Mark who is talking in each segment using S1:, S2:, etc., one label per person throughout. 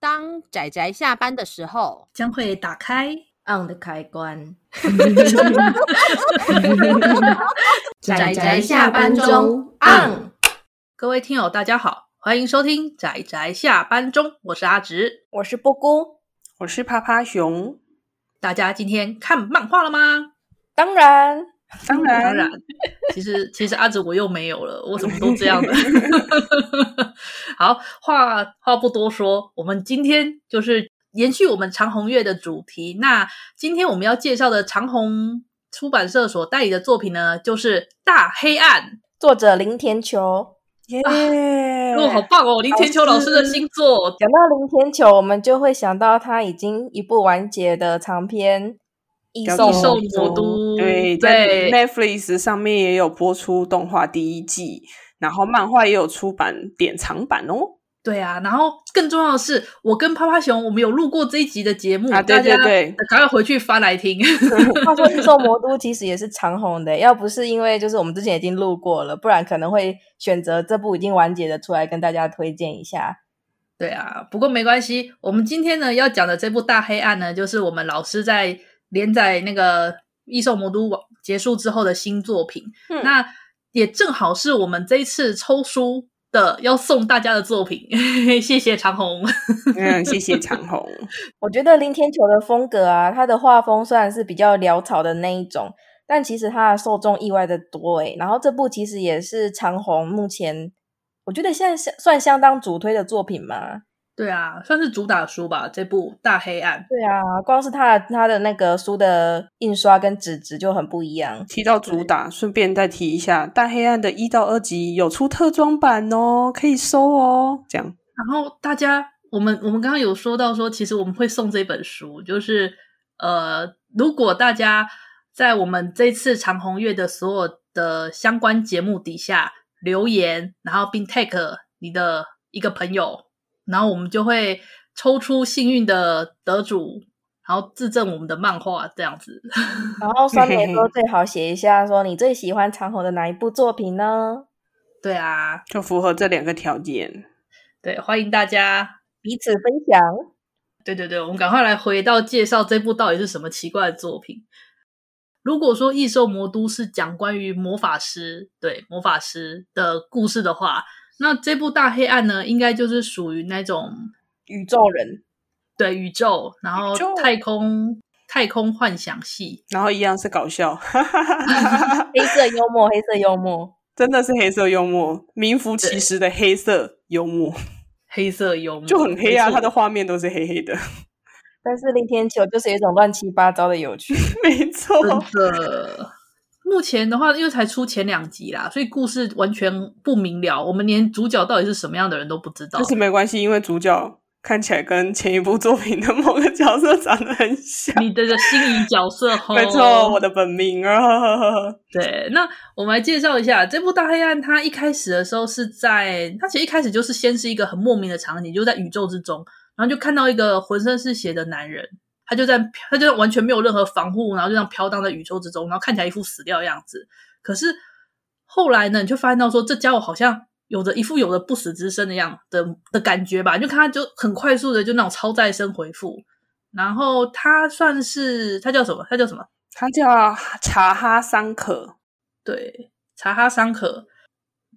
S1: 当仔仔下班的时候，
S2: 将会打开
S3: on 的开关。
S1: 宅宅下班中
S3: on。
S2: 各位听友，大家好，欢迎收听《仔仔下班中》，我是阿直。
S4: 我是波姑，
S5: 我是趴趴熊，
S2: 大家今天看漫画了吗？
S4: 当然
S5: 当
S2: 当
S5: 然，
S2: 然，其实其实阿紫我又没有了，我怎么都这样的。 好，话话不多说，我们今天就是延续我们长虹月的主题。那今天我们要介绍的长虹出版社所代理的作品呢，就是《大黑暗》。
S4: 作者林田球。
S5: 耶！
S2: 哦，好棒哦！林田秋老师的新作，
S4: 讲到林田球，我们就会想到他已经一部完结的长篇《异
S5: 叫
S4: 兽
S5: 做
S2: 异兽魔都
S5: 哦
S2: 对
S5: 对，在 Netflix 上面也有播出动画第一季，然后漫画也有出版典藏版哦。
S2: 对啊，然后更重要的是，我跟趴趴熊我们有录过这一集的节目，
S5: 啊对对对
S2: 嗯 大家赶快回去翻来听。
S4: 话说《异兽魔都》其实也是长红的，要不是因为就是我们之前已经录过了，不然可能会选择这部已经完结的出来跟大家推荐一下。
S2: 对啊，不过没关系，我们今天呢要讲的这部《大黑暗》呢，就是我们老师在连载那个《异兽魔都》结束之后的新作品。
S4: 嗯
S2: 那也正好是我们这一次抽书的要送大家的作品， 谢谢长虹。
S5: 嗯，谢谢长虹。
S4: 我觉得林天球的风格啊，他的画风虽然是比较潦草的那一种，但其实他的受众意外的多诶。然后这部其实也是长虹目前我觉得现在相算相当主推的作品嘛。
S2: 对啊，算是主打书吧，这部《大黑暗》。
S4: 对啊，光是他的他的那个书的印刷跟纸质就很不一样。
S5: 提到主打，顺便再提一下，《大黑暗》的一到二集有出特装版哦，可以收哦。这样，
S2: 然后大家，我们我们刚刚有说到说，其实我们会送这本书，就是呃，如果大家在我们这次长虹月的所有的相关节目底下留言，然后并 tag 你的一个朋友，然后我们就会抽出幸运的得主，然后自赠我们的漫画这样子。
S4: 然后酸梅说最好写一下，说你最喜欢长虹的哪一部作品呢？
S2: 对啊，
S5: 就符合这两个条件。
S2: 对，欢迎大家。
S4: 彼此分享。
S2: 对对对，我们赶快来回到介绍这部到底是什么奇怪的作品。如果说《异兽魔都》是讲关于魔法师，对魔法师的故事的话，那这部《大黑暗》呢，应该就是属于那种
S4: 宇宙人，
S2: 对宇宙，然后
S5: 宇宙
S2: 太空太空幻想系，
S5: 然后一样是搞笑，
S4: 黑色幽默，黑色幽默。
S5: 真的是黑色幽默，名副其实的黑色幽默，
S2: 黑色幽默
S5: 就很黑啊，
S2: 没错
S5: 它的画面都是黑黑的，
S4: 但是林天球就是有一种乱七八糟的有趣。
S5: 没错。
S2: 真的。目前的话，因为才出前两集啦，所以故事完全不明了，我们连主角到底是什么样的人都不知道。
S5: 但是没关系，因为主角看起来跟前一部作品的某个角色长得很像。
S2: 你的心仪角色吼，
S5: 没错，我的本命啊，
S2: 对，那我们来介绍一下这部《大黑暗》。它一开始的时候是在，它其实一开始就是先是一个很莫名的场景，就在宇宙之中，然后就看到一个浑身是血的男人，他就在他就完全没有任何防护，然后就这样飘荡在宇宙之中，然后看起来一副死掉的样子。可是后来呢，你就发现到说，这家伙好像有着一副有着不死之身的样的的感觉吧？你就看他就很快速的就那种超再生回复，然后他算是他叫什么？他叫什么？
S5: 他叫查哈桑可，
S2: 对，查哈桑可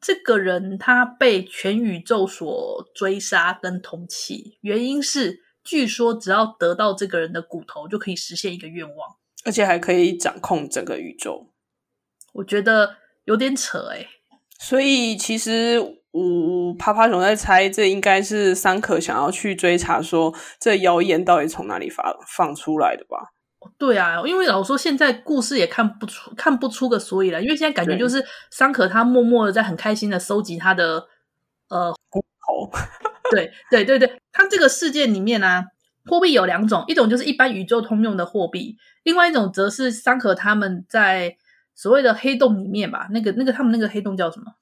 S2: 这个人，他被全宇宙所追杀跟通缉，原因是据说只要得到这个人的骨头，就可以实现一个愿望。
S5: 而且还可以掌控整个宇宙。
S2: 我觉得有点扯哎、
S5: 所以其实我趴趴熊在猜，这应该是桑可想要去追查说这谣言到底从哪里发放出来的吧？
S2: 对啊，因为老实说现在故事也看不出看不出个所以来，因为现在感觉
S5: 对
S2: 就是桑可他默默的在很开心的收集他的呃
S5: 哦，
S2: 对对对对，它这个事件里面呢、啊货币有两种，一种就是一般宇宙通用的货币，另外一种则是桑可他们在所谓的黑洞里面吧，那个那个他们那个黑洞叫什么？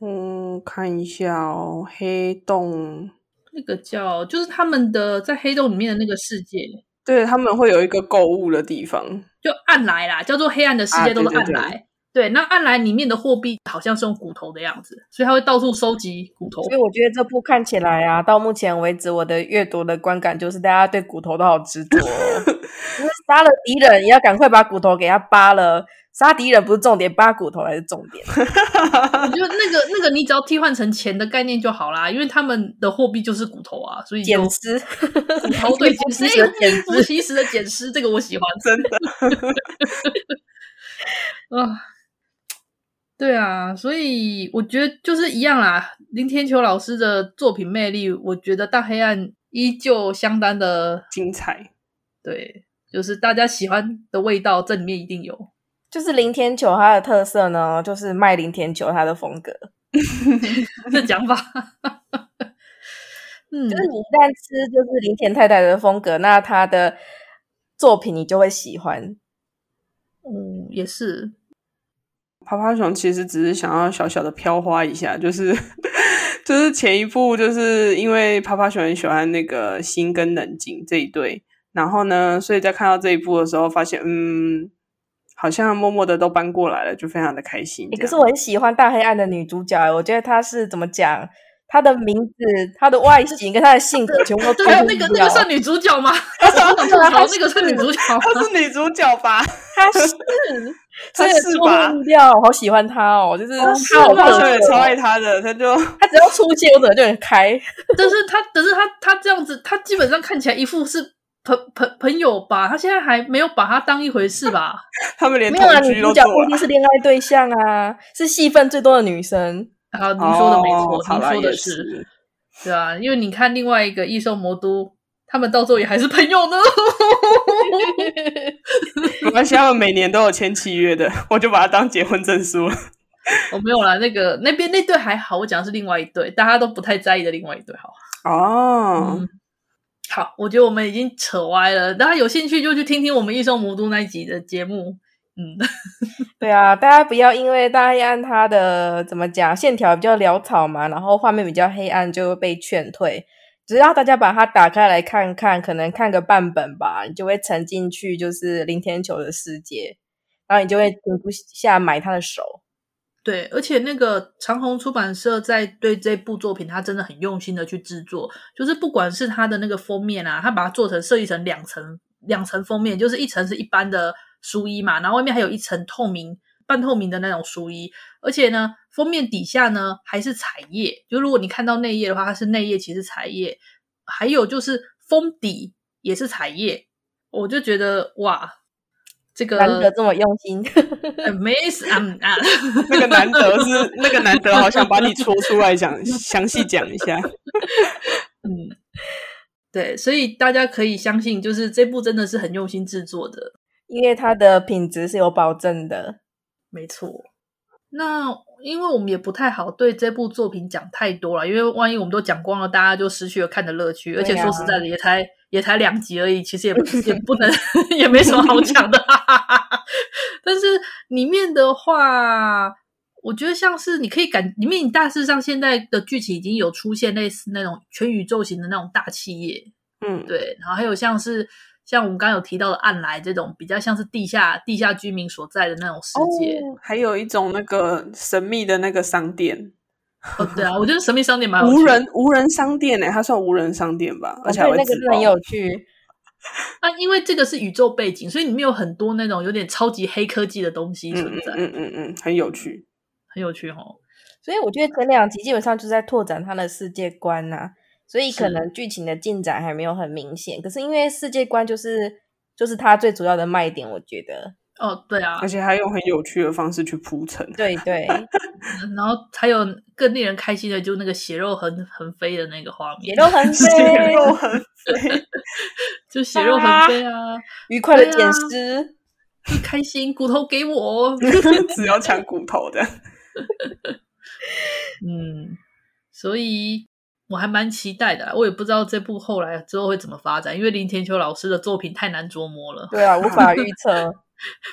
S5: 嗯，看一下哦，黑洞，
S2: 那个叫就是他们的在黑洞里面的那个世界，
S5: 对他们会有一个购物的地方，
S2: 就暗来啦，叫做黑暗的世
S5: 啊
S2: 界都是
S5: 对对
S2: 暗
S5: 对
S2: 来。对，那暗蓝里面的货币好像是用骨头的样子，所以他会到处收集骨头
S4: 所。以我觉得这部看起来啊，到目前为止我的阅读的观感就是，大家对骨头都好执着哦， 因为杀了敌人也要赶快把骨头给他扒了。杀敌人不是重点，扒骨头才是重点。
S2: 哎我觉得那个那个，你只要替换成钱的概念就好啦，因为他们的货币就是骨头啊，所以
S4: 捡
S2: 就
S4: 尸，
S2: 骨头对捡尸，
S4: 捡
S2: 哎名副其实的捡尸，这个我喜欢。
S5: 真的。
S2: 啊，对啊，所以我觉得就是一样啦。林天球老师的作品魅力，我觉得《大黑暗》依旧相当的
S5: 精彩，
S2: 对，就是大家喜欢的味道，这里面一定有。
S4: 就是林天球它的特色呢，就是卖林天球它的风格，
S2: 嗯这讲法，嗯
S4: 就，是你一旦吃就是林田太太的风格，那她的作品你就会喜欢。
S2: 嗯，也是，
S5: 趴趴熊其实只是想要小小的飘花一下，就是 就是前一部就是因为趴趴熊很喜欢那个心跟冷静这一对，然后呢，所以在看到这一部的时候，发现嗯，好像默默的都搬过来了，就非常的开心
S4: 欸
S5: 这样。
S4: 可是我很喜欢大黑暗的女主角欸，我觉得她是怎么讲，她的名字、她的外形跟她的性格全部 都
S2: 还有啊那个那个算女主 角吗？我想吐槽那个算女主角
S5: 她
S2: 吗？
S5: 是女主角吧？
S4: 她是，
S5: 她
S4: 真的
S5: 是
S4: 出乎
S5: 吧
S4: 意料，我好喜欢她哦，就是她好
S5: 我
S4: 棒
S5: 好
S4: 哦
S5: 像也超爱她的，她就
S4: 她只要出现我整个就很开，
S2: 但是他，但是他，他这样子，他基本上看起来一副是朋朋朋友吧，他现在还没有把他当一回事吧？
S5: 他们连
S4: 没
S5: 同
S4: 有啊，女
S5: 居
S4: 主
S5: 都
S4: 角
S5: 做
S4: 不一定
S5: 了。
S4: 是恋爱对象啊，是戏份最多的女生。
S2: 啊，您说的没
S5: 哦
S2: 错，
S5: 好
S2: 您
S5: 啦
S2: 说的
S5: 也
S2: 是，
S5: 是
S2: 对啊，因为你看另外一个异兽魔都，他们到最后也还是朋友呢。
S5: 没关系，他们每年都有签契约的， 我就把它当结婚证书了。
S2: 我、哦没有啦，那个那边那对还好，我讲的是另外一对，大家都不太在意的另外一对，好。
S5: 哦，
S2: 嗯，好，我觉得我们已经扯歪了，大家有兴趣就去听听我们异兽魔都那一集的节目。嗯，
S4: 对啊，大家不要因为大黑暗它的怎么讲线条比较潦草嘛，然后画面比较黑暗就会被劝退。只要大家把它打开来看看，可能看个半本吧，你就会沉浸去就是林天球的世界，然后你就会停不下买他的手。
S2: 对，而且那个长虹出版社在对这部作品，他真的很用心的去制作，就是不管是它的那个封面啊，他把它做成设计成两层两层封面，就是一层是一般的书衣嘛，然后外面还有一层透明半透明的那种书衣，而且呢，封面底下呢还是彩页，就如果你看到内页的话，它是内页其实彩页，还有就是封底也是彩页，我就觉得哇，这
S5: 嗯
S2: 个
S4: 难得这么用心，
S2: 呃没死啊嗯啊。
S5: 那个难得是那个难得，好想把你戳出来讲，详细讲一下。
S2: 嗯，对，所以大家可以相信，就是这部真的是很用心制作的，
S4: 因为它的品质是有保证的。
S2: 没错。那因为我们也不太好对这部作品讲太多了，因为万一我们都讲光了，大家就失去了看的乐趣。而且
S4: 对啊
S2: 说实在的，也才也才两集而已，其实也也不能 也没什么好讲的。 但是里面的话，我觉得像是你可以感，里面你大致上现在的剧情已经有出现类似那种全宇宙型的那种大企业，
S5: 嗯，
S2: 对，然后还有像是像我们刚刚有提到的暗来这种比较像是地下地下居民所在的那种世界。
S5: 哦还有一种那个神秘的那个商店，
S2: 哦对啊，我觉得神秘商店蛮有
S5: 无
S2: 趣的
S5: 人无人商店欸呢、它算无人商店吧，而且还
S4: 哦
S5: 会
S4: 对那个真
S5: 自
S4: 的很
S5: 爆
S4: 有趣，
S2: 啊，因为这个是宇宙背景，所以里面有很多那种有点超级黑科技的东西存
S5: 嗯
S2: 在，
S5: 嗯嗯嗯嗯，很有趣。
S2: 很有趣哦。
S4: 所以我觉得前两集基本上就是在拓展他的世界观呐、所以可
S2: 是
S4: 能剧情的进展还没有很明显，可是因为世界观就是就是它最主要的卖点，我觉得
S2: 哦，对啊
S5: 而，且还用很有趣的方式去铺陈。
S4: 对对，
S2: 然后还有更令人开心的，就那个血肉横横飞的那个画
S4: 也
S2: 面，
S4: 都 很
S5: 血
S4: 美
S5: 肉很
S2: 就血肉横飞啊，
S4: 愉快的
S2: 对啊
S4: 捡尸，
S2: 就开心，骨头给 我，
S5: 只要抢骨头的，
S2: 嗯，所以我还蛮期待的啦。我也不知道这部后来之后会怎么发展，因为林田秋老师的作品太难琢磨了，
S4: 对啊，无法预测。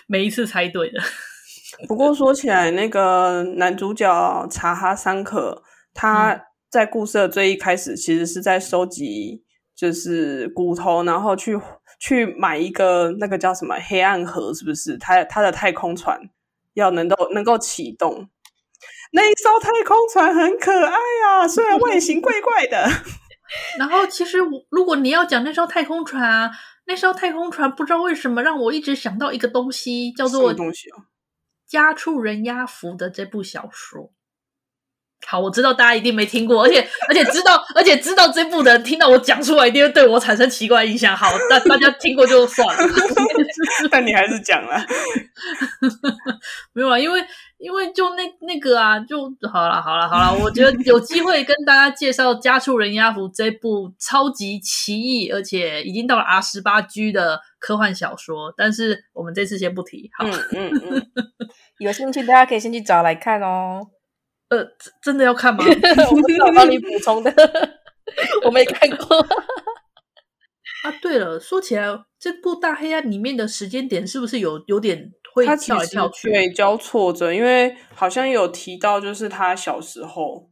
S2: 每一次猜对的。
S5: 不过说起来，那个男主角查哈桑可，他在故事的最一开始其实是在收集就是骨头，然后去去买一个那个叫什么黑暗盒，是不是？他他的太空船，要能够能够启动。那一艘太空船很可爱啊，虽然外形怪怪的。
S2: 然后其实我如果你要讲那艘太空船啊，那艘太空船不知道为什么让我一直想到一个东西，叫
S5: 什么
S2: 做
S5: 东西哦？
S2: 家畜人压服的这部小说。好，我知道大家一定没听过，而且而且知道而且知道这部的人听到我讲出来，一定会对我产生奇怪印象。好，那大家听过就算了。
S5: 但你还是讲了，
S2: 没有啊，因为因为就那那个啊，就好了，好了，好了。我觉得有机会跟大家介绍《家畜人压服》这部超级奇异，而且已经到了 R 十八 G 的科幻小说，但是我们这次先不提。好，
S5: 嗯嗯嗯，
S4: 有兴趣大家可以先去找来看哦。
S2: 呃，真真的要看吗？
S4: 我们找帮你补充的， 我没看 过。
S2: 啊，对了，说起来，这部《大黑暗》里面的时间点是不是有有点会
S5: 他其
S2: 跳来
S5: 实
S2: 跳去？
S5: 对交错着，因为好像有提到，就是他小时候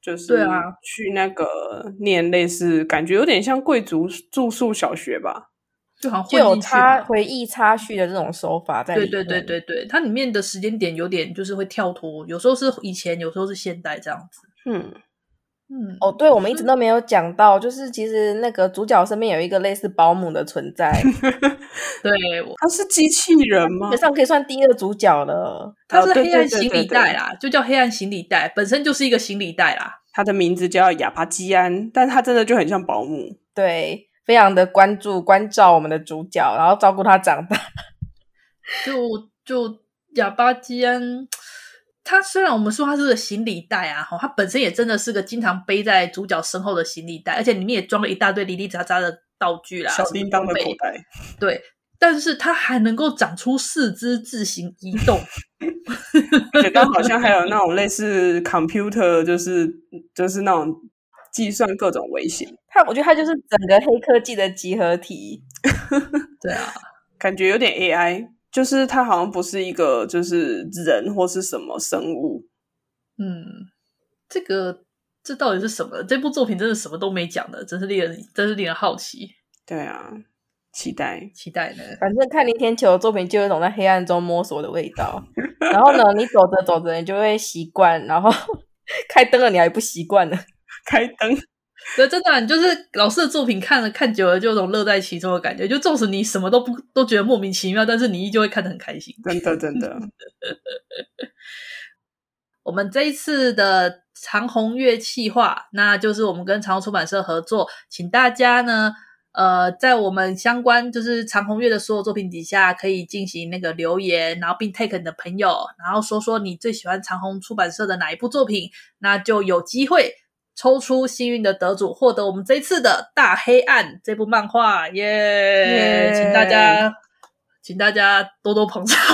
S5: 就是
S2: 对啊
S5: 去那个念类似，感觉有点像贵族住宿小学吧。
S2: 就好像
S4: 就
S2: 混
S4: 有
S2: 进去
S4: 插
S2: 了。
S4: 回忆插叙的这种手法在里
S2: 对
S4: 面。
S2: 对对对对，它里面的时间点有点就是会跳脱，有时候是以前，有时候是现代这样子。
S5: 嗯，
S2: 嗯，
S4: 哦，对，我们一直都没有讲到，就是其实那个主角身边有一个类似保姆的存在，
S2: 对，我
S5: 他是机器人吗
S4: 基本？上可以算第二主角了。
S2: 它
S5: 哦
S2: 是
S5: 对
S2: 黑
S5: 对
S2: 暗
S5: 对
S2: 行
S5: 对
S2: 李
S5: 对
S2: 袋啦，就叫黑暗行李袋，本身就是一个行李袋啦。
S5: 他的名字叫哑巴基安，但他真的就很像保姆。
S4: 对，非常的关注关照我们的主角，然后照顾他长大。
S2: 就就哑巴基安，它虽然我们说它是个行李袋啊，哈，它本身也真的是个经常背在主角身后的行李袋，而且里面也装了一大堆零零杂杂的道具啦，
S5: 小
S2: 什么
S5: 叮当的
S2: 装备
S5: 口袋，
S2: 对，但是它还能够长出四肢自行移动，
S5: 而且刚好像还有那种类似 computer，就是就是那种计算各种危险，
S4: 他，我觉得他就是整个黑科技的集合体。
S2: 对啊，
S5: 感觉有点 AI，就是它好像不是一个就是人或是什么生物。
S2: 嗯，这个这到底是什么？这部作品真的什么都没讲的，真是令人真是令人好奇
S5: 对啊，期待。
S2: 期待呢。
S4: 反正看林天球的作品，就有一种在黑暗中摸索的味道。然后呢，你走着走着，你就会习惯，然后 开灯了，你还不习惯呢。
S5: 开灯，
S2: 对，真的啊、你就是老师的作品看了看久了，就有种乐在其中的感觉。就纵使你什么都不都觉得莫名其妙，但是你依旧会看得很开心。
S5: 真的真的，
S2: 我们这一次的长虹乐企划，那就是我们跟长虹出版社合作，请大家呢，呃，在我们相关就是长虹乐的所有作品底下，可以进行那个留言，然后并 take 你的朋友，然后说说你最喜欢长虹出版社的哪一部作品，那就有机会抽出幸运的得主，获得我们这一次的《大黑暗》这部漫画，耶、
S5: 耶
S2: 请大家，请大家多多捧场。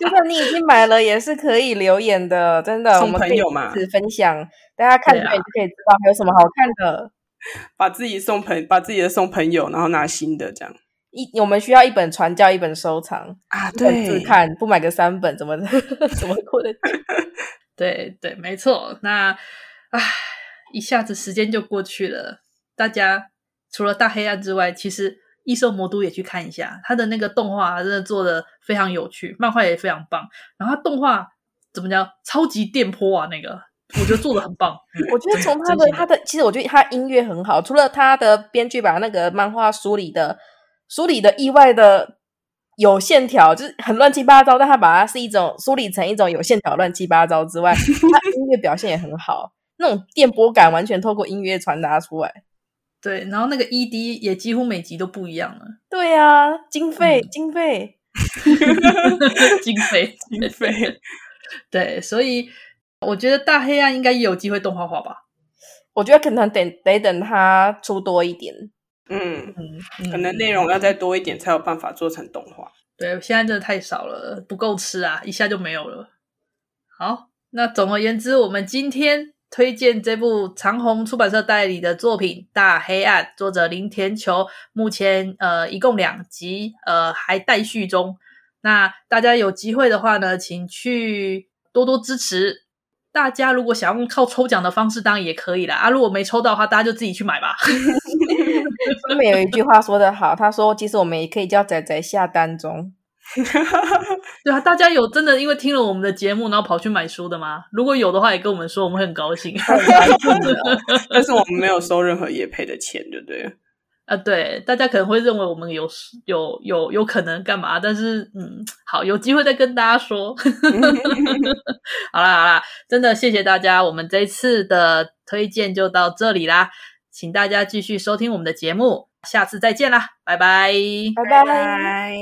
S4: 就算你已经买了，也是可以留言的，真的。我
S5: 送
S4: 们
S5: 朋
S4: 可以
S5: 友嘛
S4: 彼此分享，大家看
S2: 对
S4: 对
S2: 啊
S4: 眼就可以知道还有什么好看的。
S5: 把自己送朋，把自己的送朋友，然后拿新的这样
S4: 一我们需要一本传教，一本收藏，
S5: 啊。
S4: 一本自看，不买个三本怎么 怎么过得去？
S2: 对对，没错。那唉，一下子时间就过去了。大家除了大黑暗之外，其实《异兽魔都》也去看一下，它的那个动画真的做的非常有趣，漫画也非常棒。然后它动画怎么讲，超级电波啊，那个我觉得做的很棒。
S4: 我觉得从他
S2: 真
S4: 的
S2: 心的
S4: 他的，其实我觉得他音乐很好，除了他的编剧把那个漫画梳理的梳理的意外的有线条，就是很乱七八糟，但他把它是一种梳理成一种有线条乱七八糟之外，他音乐表现也很好，那种电波感完全透过音乐传达出来。
S2: 对，然后那个 ED 也几乎每集都不一样了，
S4: 对呀、经费、
S2: 嗯
S4: 经费，
S2: 经费
S5: 经费
S2: 对，所以我觉得大黑暗应该也有机会动画化吧。
S4: 我觉得可能得得等他出多一点。
S5: 嗯，
S2: 嗯，
S5: 可
S2: 嗯
S5: 能内容要再多一点，才有办法做成动画。
S2: 对，现在真的太少了，不够吃啊，一下就没有了。好，那总而言之，我们今天推荐这部长虹出版社代理的作品《大黑暗》，作者林田球，目前呃一共两集，呃还待续中。那大家有机会的话呢，请去多多支持。大家如果想用靠抽奖的方式，当然也可以啦。啊，如果没抽到的话，大家就自己去买吧。
S4: 他们有一句话说得好，他说：“其实我们也可以叫仔仔下单中。”
S2: 对啊，大家有真的因为听了我们的节目，然后跑去买书的吗？如果有的话，也跟我们说，我们会很高 兴。
S5: 但是我们没有收任何业配的钱，对不对？
S2: 啊，对，大家可能会认为我们有有有有可能干嘛，但是嗯，好，有机会再跟大家说。 好啦好啦，真的谢谢大家，我们这一次的推荐就到这里啦，请大家继续收听我们的节目，下次再见啦，拜拜，
S4: 拜
S1: 拜。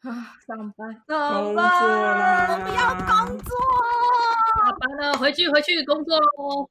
S4: 啊，上班，
S5: 工作啦，
S1: 我不要工作，
S2: 下班了，回去回去工作喽。